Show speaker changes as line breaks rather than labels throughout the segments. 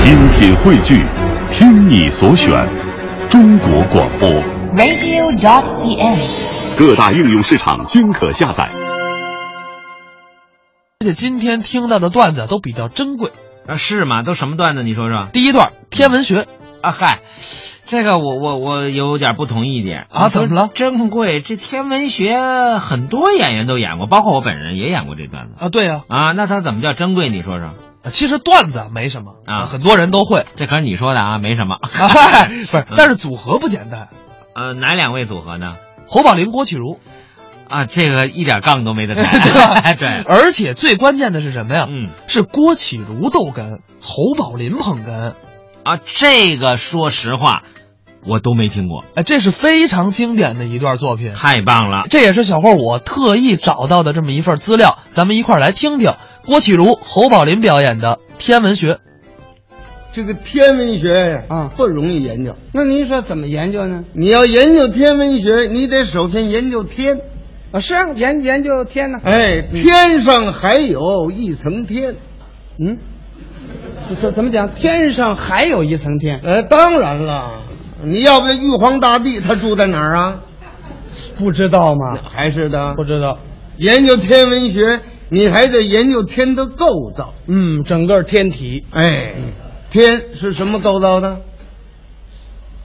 精品汇聚，听你所选，中国广播。
radio.cn。
各大应用市场均可下载。
而且今天听到的段子都比较珍贵。
啊，是吗？都什么段子？你说说
第一段天文学，
啊？嗨，这个我我我有点不同意见
啊怎么了
珍贵，这天文学很多演员都演过，包括我本人也演过这段子
啊，对呀、
啊。那它怎么叫珍贵？你说说，
啊其实段子没什么
啊
很多人都会。
这可是你说的啊，没什么。
哎，不是
嗯，
但是组合不简单。
呃，哪两位组合呢？
侯宝林、郭启 儒，
啊，这个一点杠都没得
吧
抬。 对，
而且最关键的是什么呀？
嗯
是郭启儒逗哏，侯宝林捧哏，
啊，这个说实话，我都没听过，
哎，这是非常经典的一段作品。
太棒了。
这也是小霍我特意找到的这么一份资料，咱们一块儿来听听郭启儒、侯宝林表演的天文学。
这个天文学呀，
啊
不容易研究。
那您说怎么研究呢？
你要研究天文学，你得首先研究天。
啊，是啊，研研究天呢。
哎，天上还有一层天。
嗯，怎怎么讲？天上还有一层天，
呃，当然了，你要不玉皇大帝他住在哪儿啊？
不知道吗？
还是的，
不知道。
研究天文学，你还得研究天的构造。
嗯，整个天体
哎，天是什么构造的？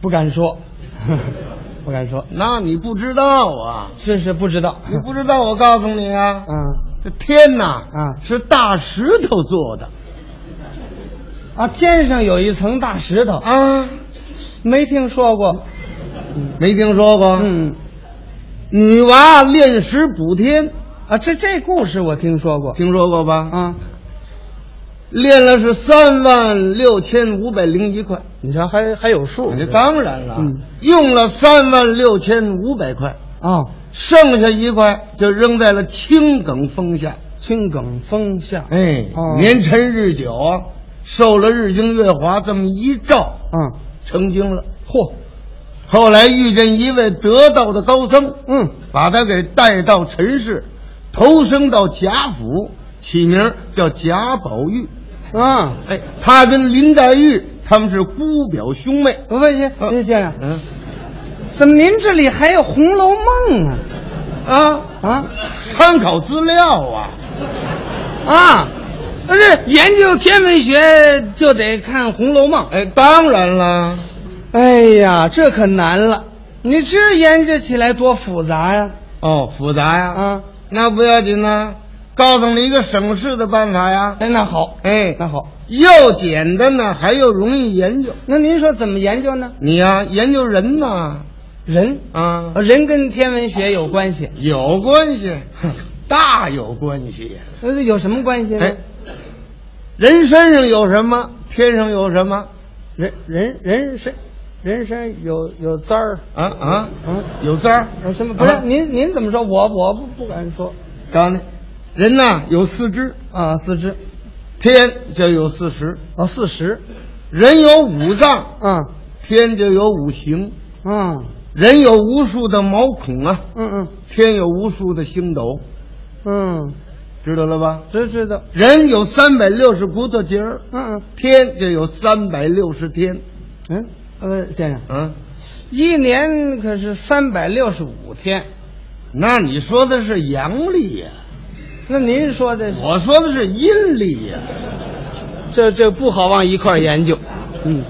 不敢说， 不敢说，
那你不知道啊？
这是不知道。
你不知道，我告诉你啊，
啊
这天呐，
啊
是大石头做的
啊，天上有一层大石头，
啊，
没听说过。
没听说过？。
嗯，
女娃炼石补天，
啊，这这故事我听说过。
听说过吧？
啊，
练了是三万六千五百零一块，
你瞧，还还有数。
这当然了，
嗯
用了三万六千五百块，
啊，
剩下一块就扔在了青埂峰下。
青埂峰下。
哎，
哦
年陈日久啊，受了日精月华这么一照，
啊，
成精了。
嚯，
后来遇见一位得道的高僧，
嗯，
把他给带到尘世，投生到贾府，起名叫贾宝玉。
啊。
哎，他跟林黛玉他们是姑表兄妹。
我问先，
嗯
先先生，
嗯
怎么您这里还有《红楼梦》
啊，
啊？
参考资料啊，
啊啊！不是研究天文学就得看《红楼梦》。
哎，当然啦，
哎呀，这可难了，你这研究起来多复杂呀！
哦，复杂呀，
啊，
那不要紧呐，告诉你一个省事的办法呀，
哎，那好，
哎，
那好，
又简单呢，还又容易研究。
那您说怎么研究呢？
你呀、研究人呐，
人，
啊，
人跟天文学有关系，
有关系， 哼大有关系。
呃有什么关系呢？
哎，人身上有什么，天上有什么，
人人人身，人身有有簪儿，
啊啊，
嗯，
有字儿，
有什么？不是、
啊
您您怎么说？我我不不敢说
告诉你，人呐有四肢，
啊，四肢。
天就有四十；
哦，四十，
人有五脏，
嗯
天就有五行；
嗯
人有无数的毛孔啊，
嗯
天有无数的星斗，
嗯嗯，
知道了吧？
知知道，
人有三百六十骨头节儿，
嗯
天就有三百六十天。
嗯嗯，呃，先生，
啊，
一年可是三百六十五天，
那你说的是阳历呀、
那您说的是
我说的是阴历呀、
这这不好往一块儿研究，嗯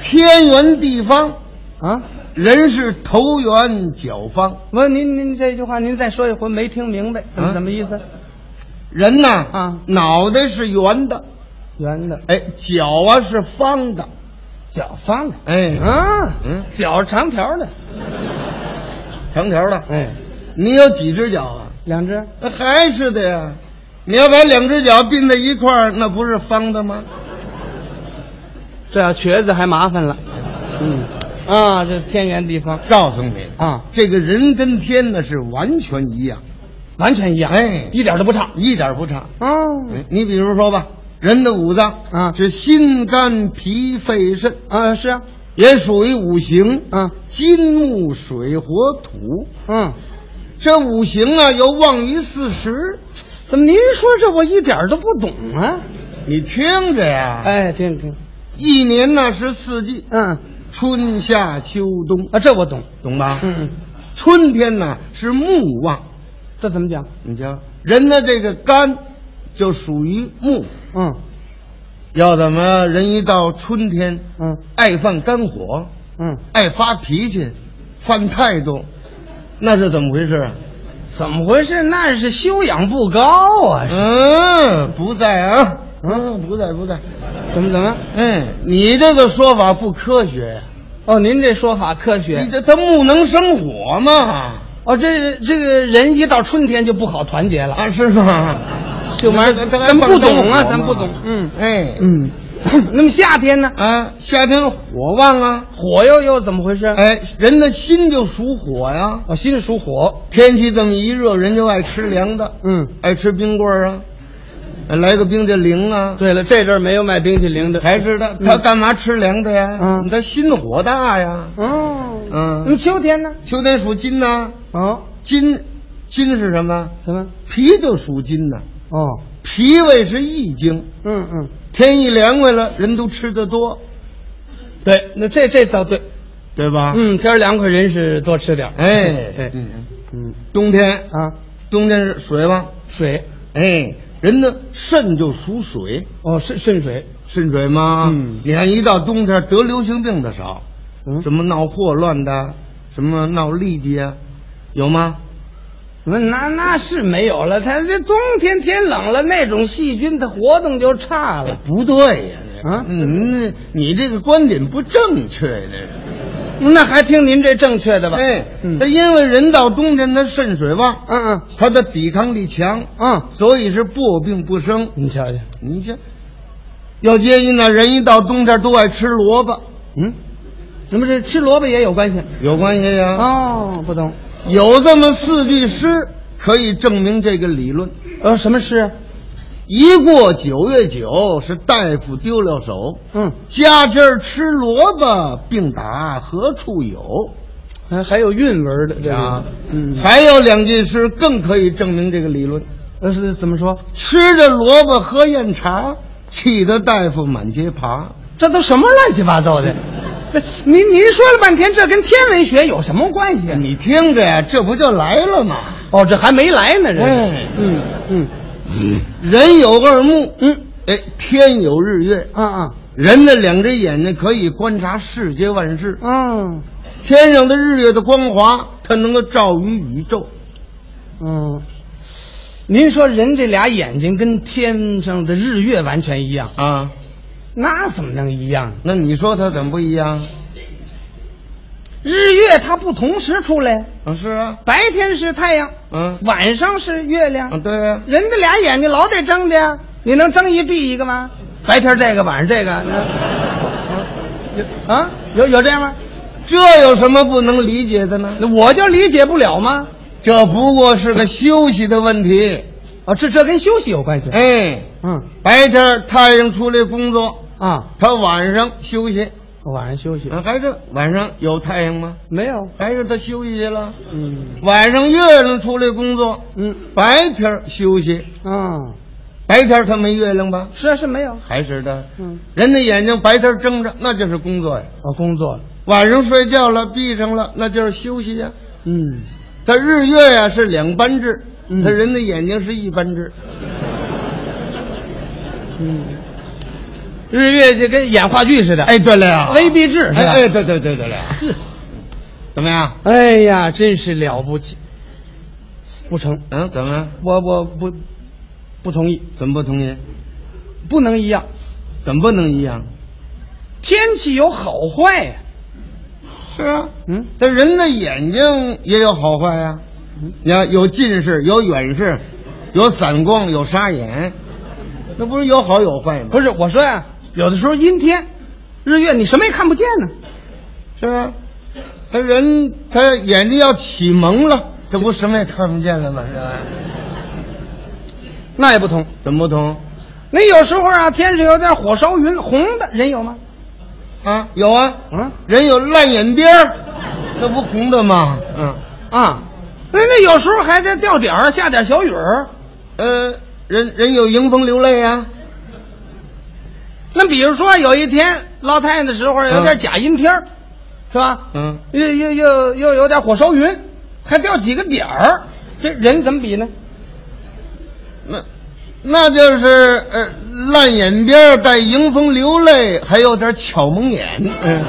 天圆地方，
啊，
人是头圆脚方。
我您您这句话您再说一回，没听明白，怎么
啊
什么意思？
人呐，
啊
脑袋是圆的，
圆的
哎，脚啊是方的，
脚方的，
哎，
啊，
嗯
脚长条的，
长条的。
哎，
你有几只脚啊？
两只，
那还是的呀。你要把两只脚并在一块儿，那不是方的吗？
这要啊瘸子还麻烦了，嗯啊，这天圆地方
告诉你，
啊，
这个人跟天呢是完全一样，
完全一样，
哎
一点都不差
一点儿不差。
啊。
哎你比如说吧，人的五脏
啊
是心、肝、脾、肺、肾，
啊，是啊，
也属于五行，
嗯
金、木、水、火、土。
嗯，
这五行啊，又旺于四时。
怎么您说这我一点儿都不懂啊？
你听着呀，
哎，听听，
一年呢是四季，
嗯，
春夏秋冬，
啊，这我懂。
懂吧？
嗯，
春天呢是木旺，
这怎么讲？
你瞧人的这个肝就属于木，
嗯
要怎么人一到春天，
嗯
爱犯肝火，
嗯，
爱发脾气，犯态度，那是怎么回事啊？
怎么回事？那是修养不高啊！
嗯，不在啊，嗯，不在不在，
怎么怎么？
嗯，你这个说法不科学呀、
哦，您这说法科学
你这他木能生火嘛？
哦，这这个人一到春天就不好团结了。
啊，是吗？
秀梅，
咱
咱不懂啊，咱不懂。嗯
哎，
嗯，那么夏天呢？
啊，夏天火旺啊，
火又又怎么回事？
哎，人的心就属火呀。
哦，心属火。
天气这么一热，人就爱吃凉的，
嗯，
爱吃冰棍儿啊，来个冰激凌啊，
对了，这阵儿没有卖冰淇淋的。
还是的。他干嘛吃凉的呀？
嗯
他心火大呀。
哦，
嗯
那么秋天呢？
秋天属金呐，
哦，
金，金是什么？
什么？
脾就属金呐，
哦，
脾胃是易经，
嗯嗯，
天一凉快了，人都吃得多，
对，那这这倒对。
对吧？，
嗯，天儿凉快，人是多吃点儿。
哎，
对
嗯，
嗯
冬天
啊，
冬天是水旺，
水
哎，人的肾就属水，
哦，渗渗水。
肾水嘛，
嗯
你看一到冬天得流行病的少，
嗯，
什么闹霍乱的，什么闹痢疾啊，有吗？
那那那是没有了，它这冬天天冷了，那种细菌它活动就差
哎
了。，
不对呀、
啊
你那你这个观点不正确呀、这是。
那还听您这正确的吧？
哎，
嗯
他因为人到冬天他肾水旺，
嗯嗯
他的抵抗力强，
嗯，
所以是破病不生。
你瞧瞧，
你这嗯要建议呢，人一到冬天都爱吃萝卜，
嗯，怎么是吃萝卜也有关系？
有关系呀、
哦，不懂。
有这么四句诗可以证明这个理论：
呃，什么诗？
一过九月九是大夫丢了手，
嗯，
家家儿吃萝卜，病打何处有？
呃还还有韵文的这个
啊，
嗯，
还有两句诗更可以证明这个理论：
呃是怎么说？
吃着萝卜喝酽茶，气得大夫满街爬。
这都什么乱七八糟的？不是您您说了半天，这跟天文学有什么关系？啊
你听着呀，这不就来了吗？
哦，这还没来呢，这
哎
是。嗯嗯
人有二目，
嗯，
哎，天有日月。
啊啊
人的两只眼睛可以观察世界万事，
嗯
天上的日月的光华，它能够照于宇宙。
嗯。您说人这俩眼睛跟天上的日月完全一样，
啊，
那怎么能一样？
那你说它怎么不一样？
日月它不同时出来，
啊，是啊，
白天是太阳，
嗯，
晚上是月亮。
啊，对啊，
人的俩眼睛老得睁着呀，你能睁一闭一个吗？白天这个，晚上这个，那啊，有有这样吗？
这有什么不能理解的呢？
那我就理解不了吗？
这不过是个休息的问题。
啊，这这跟休息有关系。
哎，
嗯
白天太阳出来工作，
啊，
他晚上休息，
晚上休息
啊，还是晚上有太阳吗？
没有？
还是他休息去了？
嗯
晚上月亮出来工作，
嗯
白天休息，
啊，
白天他没月亮吧？
是啊是没有。
还是的，
嗯，
人的眼睛白天睁着，那就是工作呀；
我工作了。
晚上睡觉了，闭上了，那就是休息呀。
嗯，
他日月呀、是两班制，
嗯
他人的眼睛是一班制。
嗯日月就跟演话剧似的。
哎，对了呀，
威逼制是
哎
吧
哎，对对对对了呀，怎么样？
哎呀，真是了不起。不成，
嗯，怎么样？
我我不不同意，
怎么不同意？
不能一样。
怎么不能一样？
天气有好坏呀、
是啊，
嗯，
但人的眼睛也有好坏呀、
嗯
你看，有近视，有远视，有散光，有沙眼，那不是有好有坏吗？
不是，我说呀、有的时候阴天、日月，你什么也看不见呢。
是啊，他人他眼睛要启蒙了，这不什么也看不见了吗？是吧？
那也不同，
怎么不同？
那有时候啊，天上有点火烧云，红的人有吗？
啊，有啊，
啊
人有烂眼边儿，那不红的吗？嗯，
啊，那那有时候还得掉点儿，下点小雨儿。
呃，人人有迎风流泪啊，
那比如说有一天捞太阳的时候有点
嗯
假阴天儿，是吧？
嗯
又又又又有点火烧云，还掉几个点儿，这人怎么比呢？
那那就是呃，烂眼边儿带迎风流泪，还有点巧蒙眼。嗯，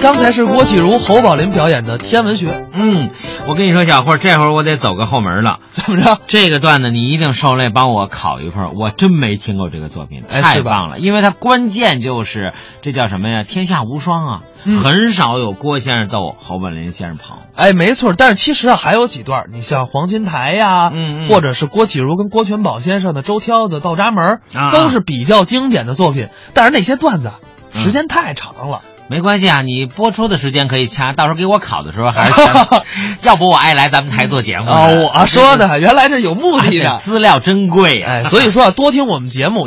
刚才是郭启儒、侯宝林表演的天文学，
嗯，我跟你说，小慧，这会儿我得走个后门了。
怎么着？
这个段子你一定受累帮我考一份儿，我真没听过这个作品，
哎
太
是吧
棒了！因为它关键就是这叫什么呀？天下无双啊，
嗯
很少有郭先生斗侯宝林先生跑。
哎，没错，但是其实啊，还有几段，你像黄金台呀，
嗯嗯
或者是郭启儒跟郭全宝先生的《周挑子》《倒扎门儿》
啊
都是比较经典的作品。但是那些段子啊
嗯
时间太长了，
没关系啊，你播出的时间可以掐，到时候给我考的时候还 是掐要不我爱来咱们台做节目呢
哦啊啊，我说的原来是有目
哎
的
这
的，哎
资料珍贵啊。
哎，所以说啊，多听我们节目。